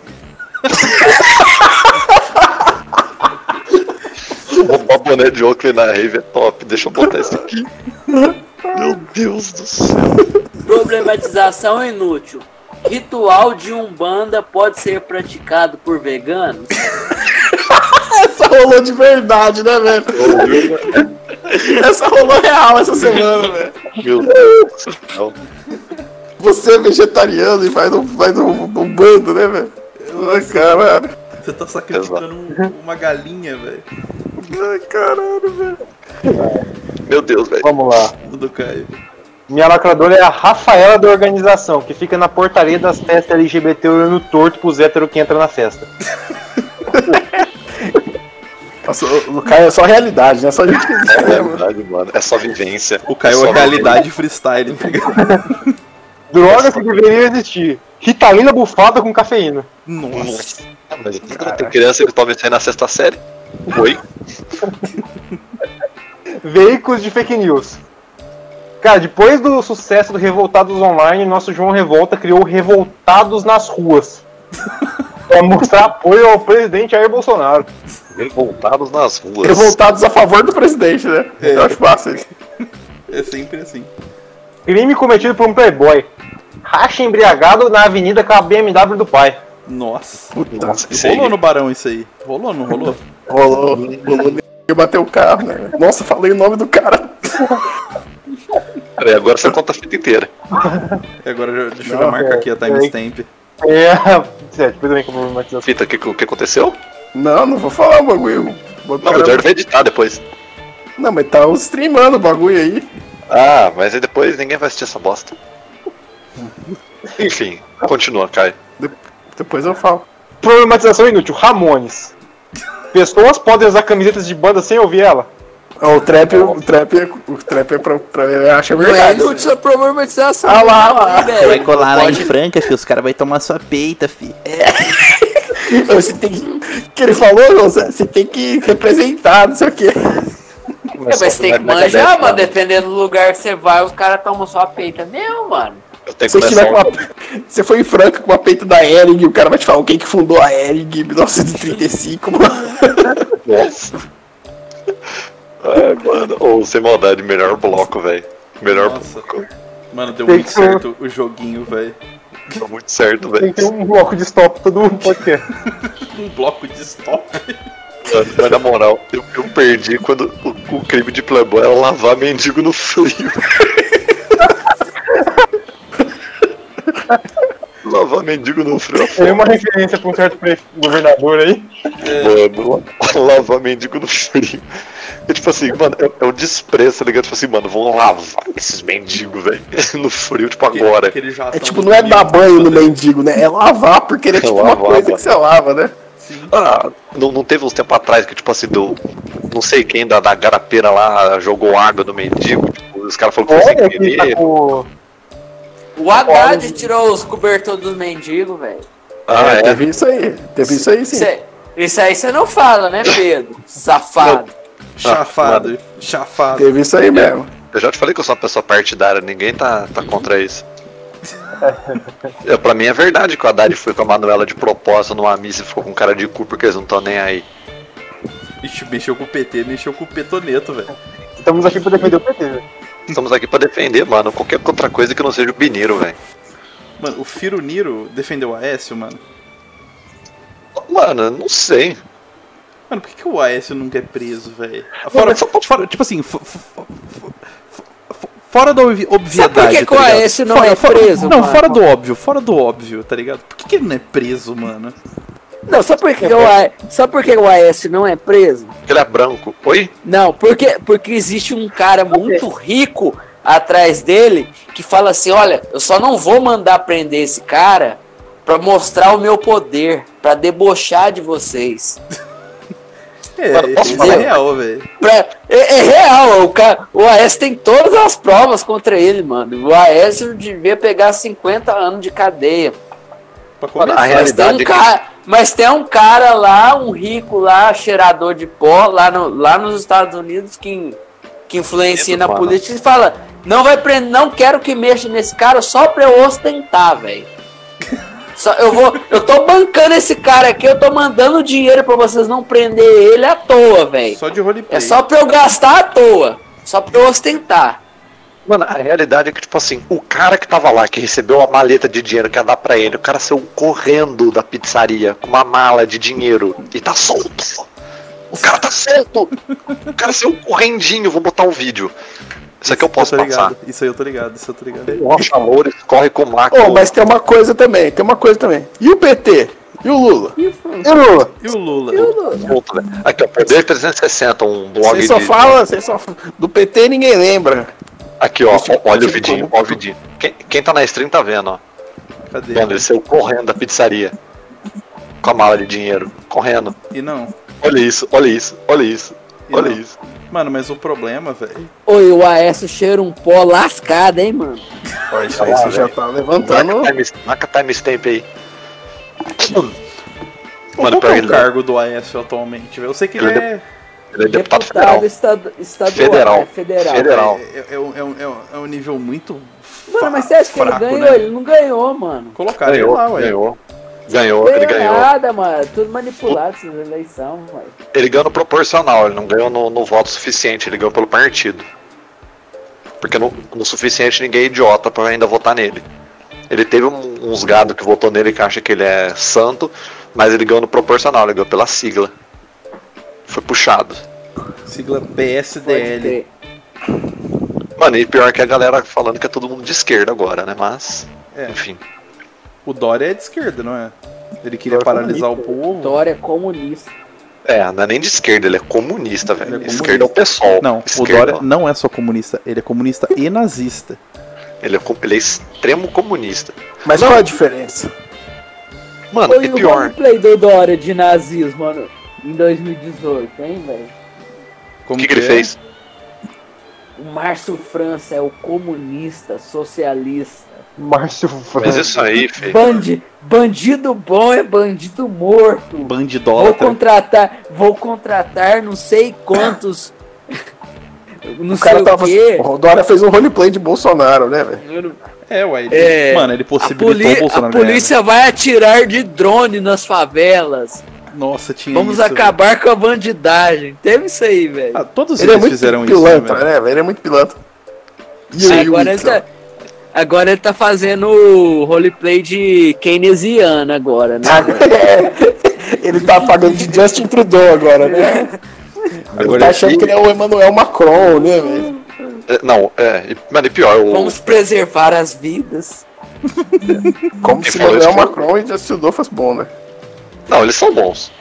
S5: Roubar boné de Oakley na rave é top. Deixa eu botar isso aqui. Meu Deus do céu.
S4: Problematização inútil. Ritual de umbanda pode ser praticado por veganos?
S2: essa rolou de verdade, né, velho? Essa rolou real essa semana, velho.
S5: Meu Deus do céu.
S2: Você é vegetariano e vai no, vai no, no bando, né, velho? Ai, caralho.
S3: Você tá sacrificando um- uma galinha, velho.
S2: Ai, caralho, velho.
S5: Meu Deus, velho.
S1: Vamos lá.
S3: Do Caio.
S1: Minha lacradora é a Rafaela da organização, que fica na portaria das festas LGBT olhando torto pros héteros que entra na festa.
S2: Nossa, o o Caio é só realidade, né? Só a gente que
S5: É verdade, mano. É só vivência.
S3: O Caio
S5: só
S3: é realidade freestyle. tá ligado?
S1: Droga que deveria existir. Ritalina bufada com cafeína.
S3: Nossa.
S5: Ah, mas quando tem criança que toma isso aí na sexta série? Oi?
S1: Veículos de fake news. Cara, depois do sucesso do Revoltados Online, nosso João Revolta criou o Revoltados nas Ruas. pra mostrar apoio ao presidente Jair Bolsonaro.
S5: Revoltados nas ruas.
S2: Revoltados a favor do presidente, né?
S3: É.
S2: Eu acho fácil.
S3: É sempre assim.
S1: Crime cometido por um playboy. Racha embriagado na avenida com a BMW do pai.
S3: Nossa.
S2: Puta,
S5: Nossa, isso aí.
S3: Rolou no barão isso aí. Rolou, não rolou?
S2: rolou, rolou nele e bateu o carro, né? Nossa, falei o nome do cara.
S5: Peraí, agora você conta a fita inteira.
S3: E agora já- deixa eu já
S1: Não,
S3: marcar
S1: é,
S3: aqui a timestamp.
S1: É, é depois também problematização.
S5: Fita, o que, o que aconteceu?
S2: Não, não vou falar o bagulho. O
S5: Não,
S2: cara-
S5: o Jordan vai editar depois.
S2: não, mas tá streamando o bagulho aí.
S5: Ah, mas aí depois ninguém vai assistir essa bosta. Enfim, continua, Caio.
S2: Depois eu falo.
S1: Problematização inútil. Ramones. Pessoas podem usar camisetas de banda sem ouvir ela.
S2: Ó, É, o trap, o trap, é- o trap é pra, pra eu acho é
S4: Não é
S2: verdade.
S4: inútil a problematização.
S2: Ah lá,
S4: não,
S2: lá.
S4: hein, velho? Pode-
S3: Franca, filho. Os caras vão tomar sua peita, fi.
S2: Então, Você tem que, que ele falou, José, você tem que representar, não sei o quê.
S4: É, mas tem que manjar, mano. Dependendo do lugar que você vai, os caras tomam só a peita mesmo, mano.
S5: Eu tenho
S2: Se
S5: que
S2: você, tiver
S5: começar
S2: com uma, você foi em Franca com a peita da Ering, o cara vai te falar quem que fundou a Ering em 1935, mano.
S5: Nossa. É, mano. Ou sem maldade, melhor bloco, velho. Melhor
S3: Nossa.
S5: bloco.
S3: Mano, deu
S1: Tem
S3: muito
S1: que-
S3: certo o joguinho, velho.
S5: Deu muito certo,
S1: Tem
S5: velho.
S1: que ter um bloco de stop todo mundo pode ter.
S3: Um bloco de stop.
S5: Mano, Mas na moral, eu, eu perdi quando o, o crime de Playboy era lavar mendigo no frio. lavar mendigo no frio. é
S1: Tem uma referência pra um certo pre- governador aí.
S5: Mano, lavar mendigo no frio. É tipo assim, mano, é, é um desprezo, tá ligado? Tipo assim, mano, vão lavar esses mendigos, velho. No frio, tipo agora.
S3: Aquele jatão
S2: É tipo, não é dar banho no mendigo, né? É lavar, porque ele é
S5: É
S2: tipo
S5: lavar,
S2: uma coisa
S5: mano.
S2: que você lava, né?
S5: Ah, não, não teve uns tempos atrás que, tipo assim, do. Não sei quem da, da garapeira lá jogou água no mendigo. Tipo, os caras falaram que foi
S1: Olha
S5: sem
S1: que tá
S5: querer.
S1: com...
S4: O Haddad tirou os cobertores dos mendigos, velho.
S5: Ah, é.
S2: Teve isso aí, teve isso aí sim.
S4: Cê- Isso aí você não fala, né, Pedro? Safado.
S5: Ah,
S3: Chafado.
S5: é.
S3: Chafado.
S2: Teve isso aí mesmo.
S5: Eu já te falei que eu sou uma pessoa partidária, ninguém tá, tá contra isso. É, pra mim é verdade que o Haddad foi com a Manuela de propósito numa missa e ficou com cara de cu porque eles não estão nem aí.
S3: Ixi, mexeu com o PT, mexeu com o petoneto, velho.
S1: Estamos aqui pra defender o né? PT. velho.
S5: Estamos aqui pra defender, mano, qualquer outra coisa que não seja o Biniro, velho.
S3: Mano, o Firo Niro defendeu o Aécio, mano.
S5: Mano, não sei.
S3: Mano, por que, que o Aécio nunca é preso, velho? Fora,
S5: mas só-
S3: fora- tipo assim, fo- fo- fo- fo- fo- fora da obvi- obviedade. tá
S4: por que que o
S3: ligado?
S4: Aécio não é preso,
S3: Não,
S4: mano?
S3: fora do óbvio, fora do óbvio, tá ligado? Por que, que ele não é preso, mano?
S4: Não, sabe por que, que o A- sabe por que que o AS não é preso?
S5: Ele é branco. Oi?
S4: Não, porque, porque existe um cara muito rico atrás dele que fala assim: olha, eu só não vou mandar prender esse cara pra mostrar o meu poder, pra debochar de vocês.
S3: É,
S5: Mano, posso
S3: isso
S5: falar?
S3: é real, velho.
S4: Pra- é, é real, o, cara, o AS tem todas as provas contra ele, mano. O AS devia pegar 50 anos de cadeia.
S3: Pra começar.
S5: a
S4: Mas tem, um
S5: realidade-
S4: cara, mas tem um cara lá, um rico lá, cheirador de pó, lá, no- lá nos Estados Unidos, que, que influencia
S5: Medo,
S4: na
S5: mano.
S4: política e fala: não vai prender, não quero que mexa nesse cara só pra eu ostentar, velho. Só- Eu vou, eu tô bancando esse cara aqui, eu tô mandando dinheiro pra vocês não prender ele à toa, velho.
S3: Só de roleplay.
S4: É só pra eu gastar à toa, só pra eu ostentar.
S5: Mano, a realidade é que, tipo assim, o cara que tava lá, que recebeu uma maleta de dinheiro que ia dar pra ele, o cara saiu correndo da pizzaria com uma mala de dinheiro e tá solto. O cara tá solto. O cara saiu correndinho, vou botar um vídeo. Isso aqui eu posso
S3: tô
S5: passar.
S3: ligado. Isso aí eu tô ligado, isso eu tô ligado.
S5: O Rocha Moura corre com o Maco.
S2: Ô, mas tem uma coisa também, tem uma coisa também. E o PT? E o Lula? E o Lula?
S3: E o Lula?
S5: solto, velho. Aqui, ó, Poder 360, um blog
S2: Vocês só
S5: de...
S2: falam, vocês só do PT ninguém lembra.
S5: Aqui, ó. Olha o vidinho, ó o vidinho. Quem, quem tá na stream tá vendo, ó.
S3: Cadê?
S5: Mano, ele saiu correndo da pizzaria. Com a mala de dinheiro. Correndo.
S3: E não.
S5: Olha isso, olha isso, olha isso,
S3: E
S5: olha
S3: não.
S5: isso.
S3: Mano, mas o problema, velho.
S4: Oi, o Aécio cheira um pó lascado, hein, mano?
S3: Olha isso
S2: Aí você já tá levantando.
S5: Marca time- Marca timestamp aí.
S3: Mano,
S5: Mano,
S3: Qual que
S5: pior que
S3: é o
S5: ele-
S3: cargo do AS atualmente, velho? Eu sei que ele
S5: Ele
S3: é.
S5: Ele é deputado federal.
S4: estad- estadual.
S5: Federal.
S4: é, federal.
S5: Federal.
S3: É, é um- é um- é um- é um nível muito.
S4: Mano, mas você acha que
S3: fraco,
S4: ele ganhou?
S3: né?
S4: Ele não ganhou, mano.
S3: Colocaram ele
S5: Ganhou,
S3: lá, ué.
S5: ganhou. Ganhou, ele ganhou.
S4: nada, mano. É Tudo manipulado essas eleições, velho.
S5: Ele ganhou no proporcional, ele não ganhou no, no voto suficiente, ele ganhou pelo partido. Porque no, no suficiente ninguém é idiota pra ainda votar nele. Ele teve um- uns gado que votou nele que acha que ele é santo, mas ele ganhou no proporcional, ele ganhou pela sigla. Foi puxado.
S3: Sigla
S4: Pode
S3: PSDL.
S4: crer.
S5: Mano, e pior que a galera falando que é todo mundo de esquerda agora, né? Mas,
S3: É.
S5: enfim.
S3: O Dória é de esquerda, não é? Ele queria
S1: Dória é
S3: paralisar o povo.
S4: Vitória comunista.
S5: É, não é nem de esquerda, ele é comunista, velho.
S3: Ele é
S5: Esquerda é o pessoal.
S3: Não, o
S5: esquerda,
S3: Dória não é só comunista, ele é comunista e nazista.
S5: ele, é, co- ele é extremo comunista.
S2: Mas qual a diferença?
S5: Mano,
S4: Foi
S5: e
S4: o
S5: pior.
S4: roleplay do Dória de nazismo, mano, em 2018, hein, velho?
S5: O
S3: Como
S5: que, que ele
S3: é?
S5: fez?
S4: O Márcio França é o comunista, socialista.
S1: Márcio
S3: é?
S5: Mas
S1: França.
S5: isso aí, filho.
S4: Bandi, bandido bom é bandido morto. Vou
S3: Bandidólatra.
S4: contratar, vou contratar não sei quantos. não
S2: O
S4: sei
S2: cara
S4: o
S2: tava.
S4: quê.
S2: O Dória fez um roleplay de Bolsonaro, né, velho?
S3: É, ué. Ele...
S4: É.
S3: Mano, ele
S4: A,
S3: possibilitou
S4: poli-
S3: o Bolsonaro.
S4: a
S3: ganhar, né?
S4: polícia vai atirar de drone nas favelas.
S3: né? Nossa, tinha
S4: Vamos
S3: isso,
S4: acabar com a bandidagem. Teve isso aí, velho.
S3: velho. Ah, todos
S2: Ele é
S3: eles
S2: muito
S3: fizeram isso. né,
S2: pilantra,
S3: velho?
S2: né, velho? Ele é muito pilantra. E aí,
S4: agora, ele
S2: Wilson?
S3: então.
S4: tá, agora ele tá fazendo o roleplay de keynesiano agora,
S3: Ah,
S4: né? velho?
S2: Ele tá pagando de Justin Trudeau agora, né? ele
S5: Agora
S2: tá
S5: ele-
S2: achando que ele é o Emmanuel Macron, né, velho?
S5: É, Não, é. e- Mano, e pior, o.
S4: Vamos preservar as vidas.
S2: Como
S5: Ele
S2: se
S5: falou
S2: Emmanuel
S5: isso,
S2: Macron e Justin Trudeau fosse bom, né?
S5: Não, eles são bons.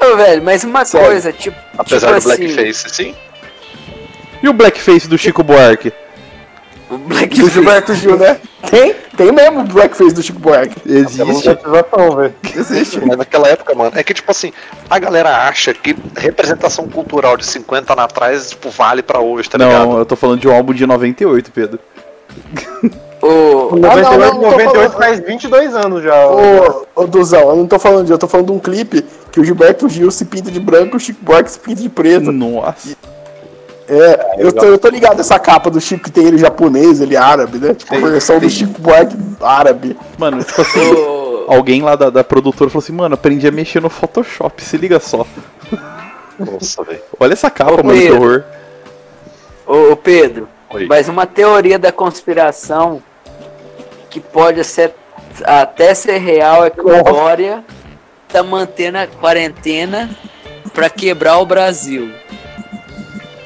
S4: Ô, velho, mas uma
S2: Sério.
S4: coisa, tipo.
S5: Apesar
S4: tipo
S5: do blackface, sim.
S3: E o blackface do Chico Buarque?
S4: O
S2: Do
S4: blackface.
S2: Gilberto Gil, né? Tem, tem mesmo o Blackface do Chico Buarque.
S3: Existe.
S5: Tá
S1: Exatão, velho.
S2: Existe.
S5: Mas naquela época, mano, é que tipo assim, a galera acha que representação cultural de 50 anos atrás, tipo, vale pra hoje, tá ligado?
S3: Não, eu tô falando de um álbum de 98, Pedro.
S4: O,
S1: 98,
S2: Ah, não, não, tô
S1: 98
S2: falando-
S1: faz 22 anos já.
S2: Ô, ô Duzão, eu não tô falando de, eu tô falando de um clipe que o Gilberto Gil se pinta de branco e o Chico Buarque se pinta de preto.
S3: Nossa.
S2: É, eu tô, eu tô ligado nessa capa do Chico que tem ele japonês, ele árabe, né? Tipo, a
S3: Tem,
S2: versão
S3: tem.
S2: do Chico Buarque árabe.
S3: Mano, tipo assim,
S4: o-
S3: alguém lá da, da produtora falou assim, mano, aprendi a mexer no Photoshop, se liga só.
S5: Nossa, velho.
S3: Olha essa capa,
S4: Ô,
S3: mano, que
S4: Pedro.
S3: horror.
S4: Ô, ô, Pedro,
S5: Oi.
S4: mas uma teoria da conspiração que pode ser até ser real é que o Dória tá mantendo a quarentena pra quebrar o Brasil.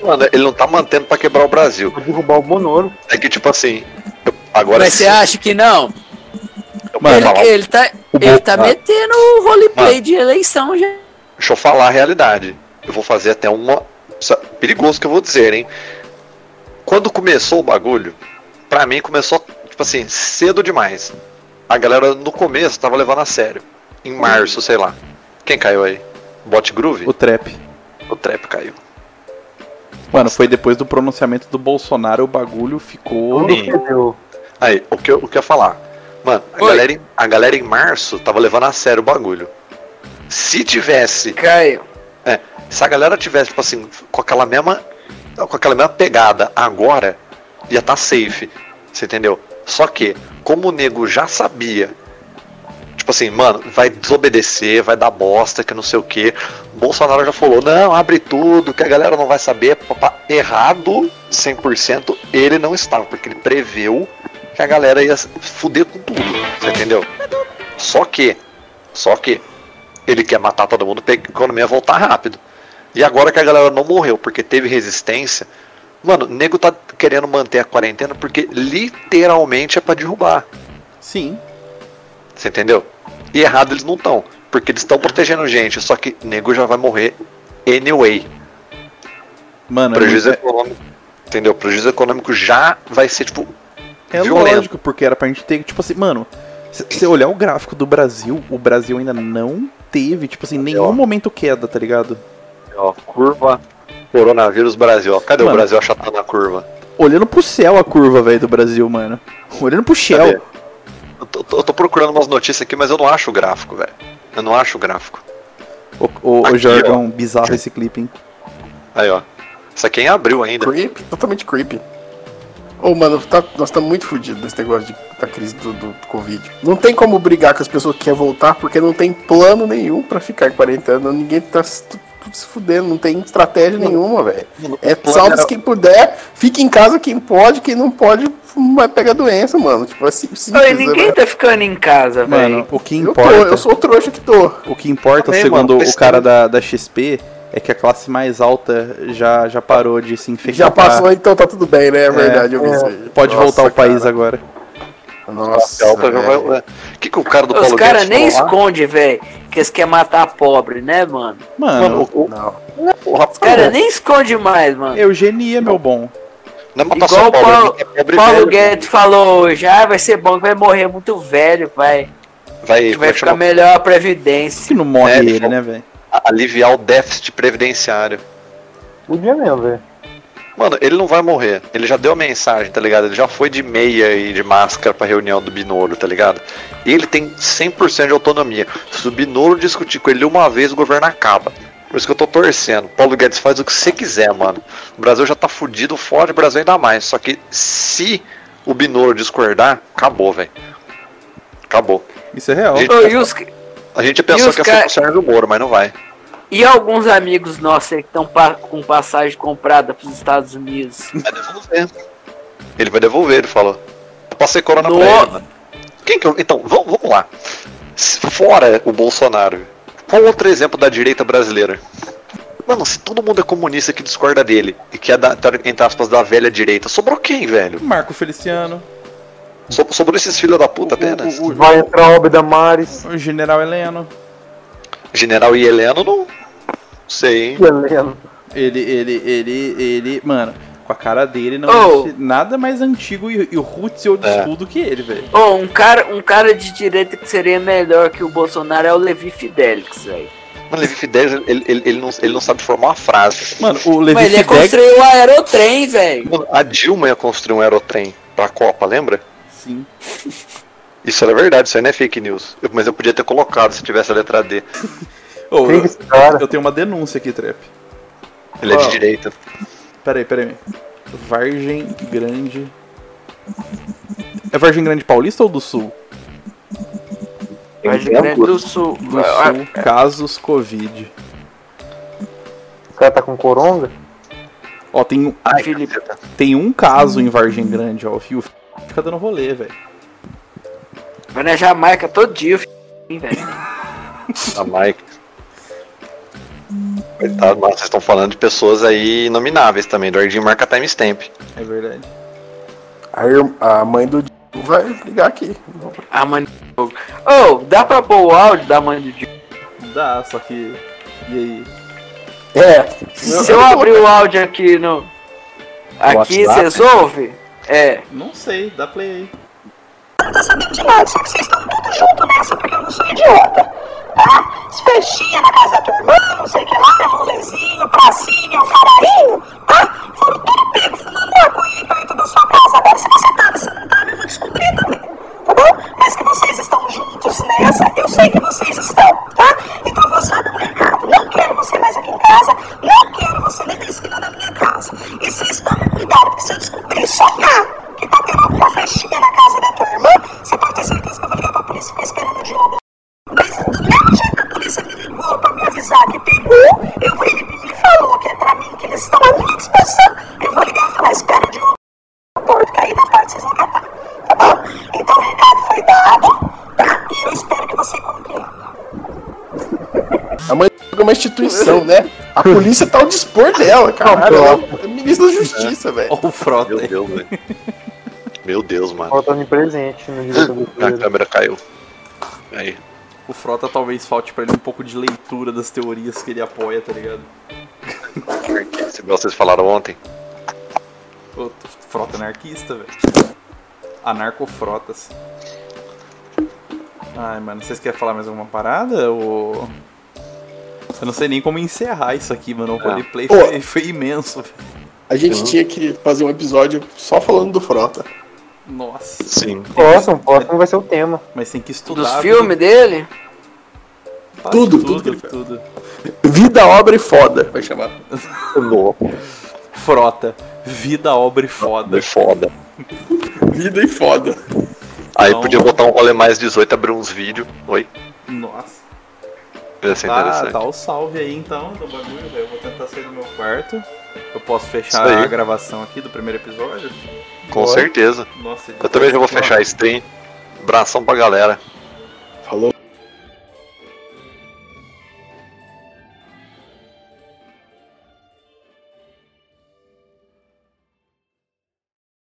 S5: Mano, ele não tá mantendo pra quebrar o Brasil.
S1: Vou derrubar o Bonoro.
S5: É que tipo assim, eu- agora
S4: mas você acha que não?
S5: eu vou
S3: Mano,
S4: ele,
S5: falar-
S4: ele tá,
S3: o
S4: ele tá
S5: Bolsonaro-
S4: metendo o roleplay de eleição já.
S5: Deixa eu falar a realidade. Eu vou fazer até uma. sa- Perigoso que eu vou dizer, hein? Quando começou o bagulho, pra mim começou, tipo assim, cedo demais. A galera no começo tava levando a sério. Em março, sei lá. Quem caiu aí? Bot Groove?
S3: O trap.
S5: O Trap caiu.
S3: Mano, foi depois do pronunciamento do Bolsonaro, o bagulho ficou...
S5: Sim.
S1: Perdeu.
S5: Aí, o que eu, o que eu ia falar? Mano, a
S4: Oi.
S5: galera, em, a galera em março tava levando a sério o bagulho. Se tivesse
S4: Caio,
S5: Se a galera tivesse, tipo assim, com aquela mesma. Com aquela mesma pegada agora, ia tá safe. Você entendeu? Só que, como o nego já sabia, tipo assim, mano, vai desobedecer, vai dar bosta, que não sei o que. Bolsonaro já falou, não, abre tudo, que a galera não vai saber. papá." Errado 100% ele não estava, porque ele preveu que a galera ia fuder com tudo. Você entendeu? Só que, só que, ele quer matar todo mundo pra economia voltar rápido. E agora que a galera não morreu porque teve resistência, mano, o nego tá querendo manter a quarentena porque literalmente é pra derrubar.
S3: Sim.
S5: Você entendeu? E errado eles não estão, porque eles estão protegendo gente, só que nego já vai morrer anyway.
S3: Mano, é
S5: Prejuízo
S3: muito,
S5: econômico. Entendeu? O prejuízo econômico já vai ser, tipo,
S3: É
S5: violento.
S3: lógico, porque era pra gente ter, tipo assim, mano, se você olhar o gráfico do Brasil, o Brasil ainda não teve, tipo assim, nenhum
S5: Ó.
S3: momento queda, tá ligado?
S5: ó, curva coronavírus Brasil. ó. Cadê
S3: Mano.
S5: o Brasil achatado na curva?
S3: Olhando pro céu a curva, velho, do Brasil, mano. Olhando pro céu.
S5: Cadê? Eu tô, tô- eu tô procurando umas notícias aqui, mas eu não acho o gráfico, velho. Eu não acho o gráfico.
S3: Ô, ô, ô
S5: Aqui,
S3: Jorgão, bizarro esse clipe, hein?
S5: Aí, ó. Isso aqui é em abril ainda.
S2: Creepy, totalmente creepy. Ô, mano, tá- nós estamos muito fodidos nesse negócio de- da crise do, do Covid. Não tem como brigar com as pessoas que querem voltar, porque não tem plano nenhum pra ficar em quarentena. Ninguém tá se, tu- tu se fudendo, não tem estratégia nenhuma, velho. É
S5: plano
S2: salve
S5: era-
S2: quem puder, fica em casa quem pode, quem não pode, vai pegar doença, mano. Tipo, é sim- simples. né,
S4: Olha, ninguém
S2: velho?
S4: tá ficando em casa,
S3: Mano,
S4: velho.
S3: o que
S2: eu, tô, eu
S3: importa,
S2: sou o trouxa que tô.
S3: o que importa,
S5: Também, mano,
S3: segundo o
S5: pesquisa.
S3: cara da, da XP, é que a classe mais alta já, já parou de se infectar.
S2: Já passou, então tá tudo bem, né? É verdade, eu vi
S1: é.
S2: isso aí.
S3: Pode
S2: Nossa,
S3: voltar ao
S2: cara.
S3: país agora.
S2: Nossa,
S5: Alta já vai-
S2: velho.
S5: é. O que, que o cara do
S4: Os
S5: Paulo
S4: caras
S5: Guedes
S4: nem
S5: falou lá?
S4: esconde, velho, que eles querem matar pobre, né, mano?
S3: Mano,
S5: Mano, o,
S2: Não.
S5: o, o rapaz.
S4: Os caras nem esconde mais, mano.
S3: eugenia, meu bom.
S5: Não é matar
S4: Igual
S5: só
S4: o
S5: pobre,
S4: Paulo-
S5: é pobre
S4: Paulo
S5: velho.
S4: Guedes falou hoje, ah, vai ser bom que vai morrer muito velho, vai,
S5: Vai,
S4: que vai
S5: vai
S4: ficar
S5: chamar,
S4: melhor a previdência.
S3: Que não morre
S5: É,
S3: ele,
S5: deixa eu-
S3: né, velho?
S5: aliviar o déficit previdenciário.
S1: Podia mesmo, velho.
S5: Mano, ele não vai morrer. Ele já deu a mensagem, tá ligado? Ele já foi de meia e de máscara pra reunião do Binoro, tá ligado? E ele tem 100% de autonomia. Se o Binoro discutir com ele uma vez, o governo acaba. Por isso que eu tô torcendo. Paulo Guedes faz o que você quiser, mano. O Brasil já tá fudido, fode o Brasil ainda mais. Só que se o Binoro discordar, acabou, velho. Acabou.
S3: Isso é real.
S5: Gente,
S4: Ô, E, os-
S5: A gente
S4: E
S5: pensou
S4: os
S5: que ia
S4: ca-
S5: ser o Sérgio Moro, mas não vai.
S4: e alguns amigos nossos aí que estão com passagem comprada pros Estados Unidos.
S5: Vai devolver. Ele vai devolver, ele falou. Eu passei corona
S4: No-
S5: pra ele, mano. Quem que eu... Então, vamos, vamos lá. Se- Fora o Bolsonaro, qual outro exemplo da direita brasileira? Mano, se todo mundo é comunista que discorda dele e que é, da, teori- entre aspas, da velha direita, sobrou quem, velho?
S3: Marco Feliciano,
S5: So- sobrou esses filhos da puta apenas?
S1: O- o- Vai entrar Obeda Mares.
S3: o General Heleno.
S5: General e Heleno, não sei, hein?
S1: Que Helena.
S3: Ele, ele, ele, ele. Mano, com a cara dele não
S4: Oh.
S3: existe nada mais antigo e, e o roots e old
S5: É.
S3: school do que ele, velho.
S4: Ô, um cara, um cara de direita que seria melhor que o Bolsonaro é o Levi Fidelix, velho.
S5: Mano, Levi Fidelis, ele, ele, ele, não, ele não sabe formar uma frase.
S3: Mano, o Levi
S4: Mas ele é ia
S3: Fidelis-
S4: construir o aerotrem, velho.
S5: Mano, a Dilma ia construir um aerotrem pra Copa, lembra?
S3: Sim.
S5: Isso era verdade, isso aí não é fake news. Eu- mas eu podia ter colocado se tivesse a letra D.
S1: Quem
S3: Ô,
S1: que é
S3: eu,
S1: esse cara?
S3: eu tenho uma denúncia aqui, Trap.
S5: Ele é
S3: Ó.
S5: de direita.
S3: Peraí, peraí. Vargem Grande. É Vargem Grande Paulista ou do Sul?
S5: é
S4: Mas o Grande do Sul. Ah,
S3: Do Sul, casos Covid.
S1: O cara tá com coronga?
S3: Ó, tem, um-
S5: Ai,
S4: Felipe.
S5: caceta.
S3: tem um caso em Vargem Grande, ó. O Fio fica dando rolê, velho.
S4: Vai na Jamaica todo dia, filho, velho.
S5: A Mike. Coitado, mas vocês estão falando de pessoas aí inomináveis também. Dordinho marca timestamp.
S3: É verdade.
S2: A, irm- a mãe do Diego vai ligar aqui.
S4: Ah, mano. Ô, dá pra pôr o áudio da mãe do Diogo?
S3: Dá, só que. E aí?
S2: É,
S4: Se eu abrir o áudio aqui no. Aqui,
S5: WhatsApp?
S4: vocês ouvem? É.
S3: Não sei, dá play aí.
S6: Criança, vocês estão tudo junto nessa pequenininha idiota. Tá? Se festinha na casa do irmão, não sei o que lá, é rolezinho, pracinha, cararinho, tá? Foram tudo pego, fumando maconha aí então perto da sua casa. Agora, se você tá, você não tá, me desculpa também, tá bom? Mas que vocês estão juntos nessa, eu sei que vocês estão, tá? Então você não é errado, não quero você mais aqui em casa, não quero você nem na esquina da minha casa. E vocês tomem cuidado, porque se eu descobrir só cá, que tá tendo alguma festinha na casa da tua irmã, você pode ter certeza que eu vou ligar pra polícia e ficar esperando o Diogo. Mas do mesmo jeito que a polícia me ligou pra me avisar que pegou, eu vou, ele me falou que é pra mim, que eles estão à minha disposição. Eu vou ligar e falar, espera o Diogo no aeroporto, que aí na parte vocês vão acabar. Tá bom? Então o recado foi dado, tá? E eu espero que você compreenda.
S2: a mãe do Diego é uma instituição, né? A polícia tá ao dispor dela, caralho. Ela é ministra da Justiça, velho.
S3: Ó, o Frota
S5: Meu
S3: aí.
S5: Deus, velho. Meu Deus, mano.
S1: Faltando
S4: um
S1: em presente no direito
S5: A
S1: brasileiro.
S5: câmera caiu. Aí.
S3: O Frota talvez falte pra ele um pouco de leitura das teorias que ele apoia, tá ligado?
S5: Igual vocês falaram ontem.
S3: Ô, tu- frota anarquista, velho. Anarcofrotas. Ai, mano, vocês querem falar mais alguma parada? Ou... Eu não sei nem como encerrar isso aqui, mano. O roleplay
S2: Ô.
S3: foi, foi imenso, velho.
S2: A gente tinha que fazer um episódio só falando do Frota.
S3: Nossa.
S5: Sim.
S1: Próximo, próximo vai ser o tema.
S3: Mas tem que estudar.
S4: Dos
S3: viu?
S4: filmes dele?
S3: Fala de
S2: Tudo, tudo que
S3: tudo,
S2: ele
S3: tudo,
S2: fez. Vida, obra e foda. Vai chamar.
S5: Louco. né?
S3: Frota. Vida, obra e foda.
S5: É foda.
S2: Vida e foda.
S5: Aí
S3: Então-
S5: podia botar um rolê mais 18, abrir uns vídeos. Oi.
S3: Nossa.
S5: Ia ser
S3: Tá,
S5: É interessante.
S3: dá o salve aí então do bagulho, velho. Eu vou tentar sair do meu quarto. Eu posso fechar
S5: Isso aí.
S3: a gravação aqui do primeiro episódio?
S5: Com
S3: Bora.
S5: certeza.
S3: Nossa,
S5: Eu também já vou fechar a stream. Abração pra galera.
S2: Falou.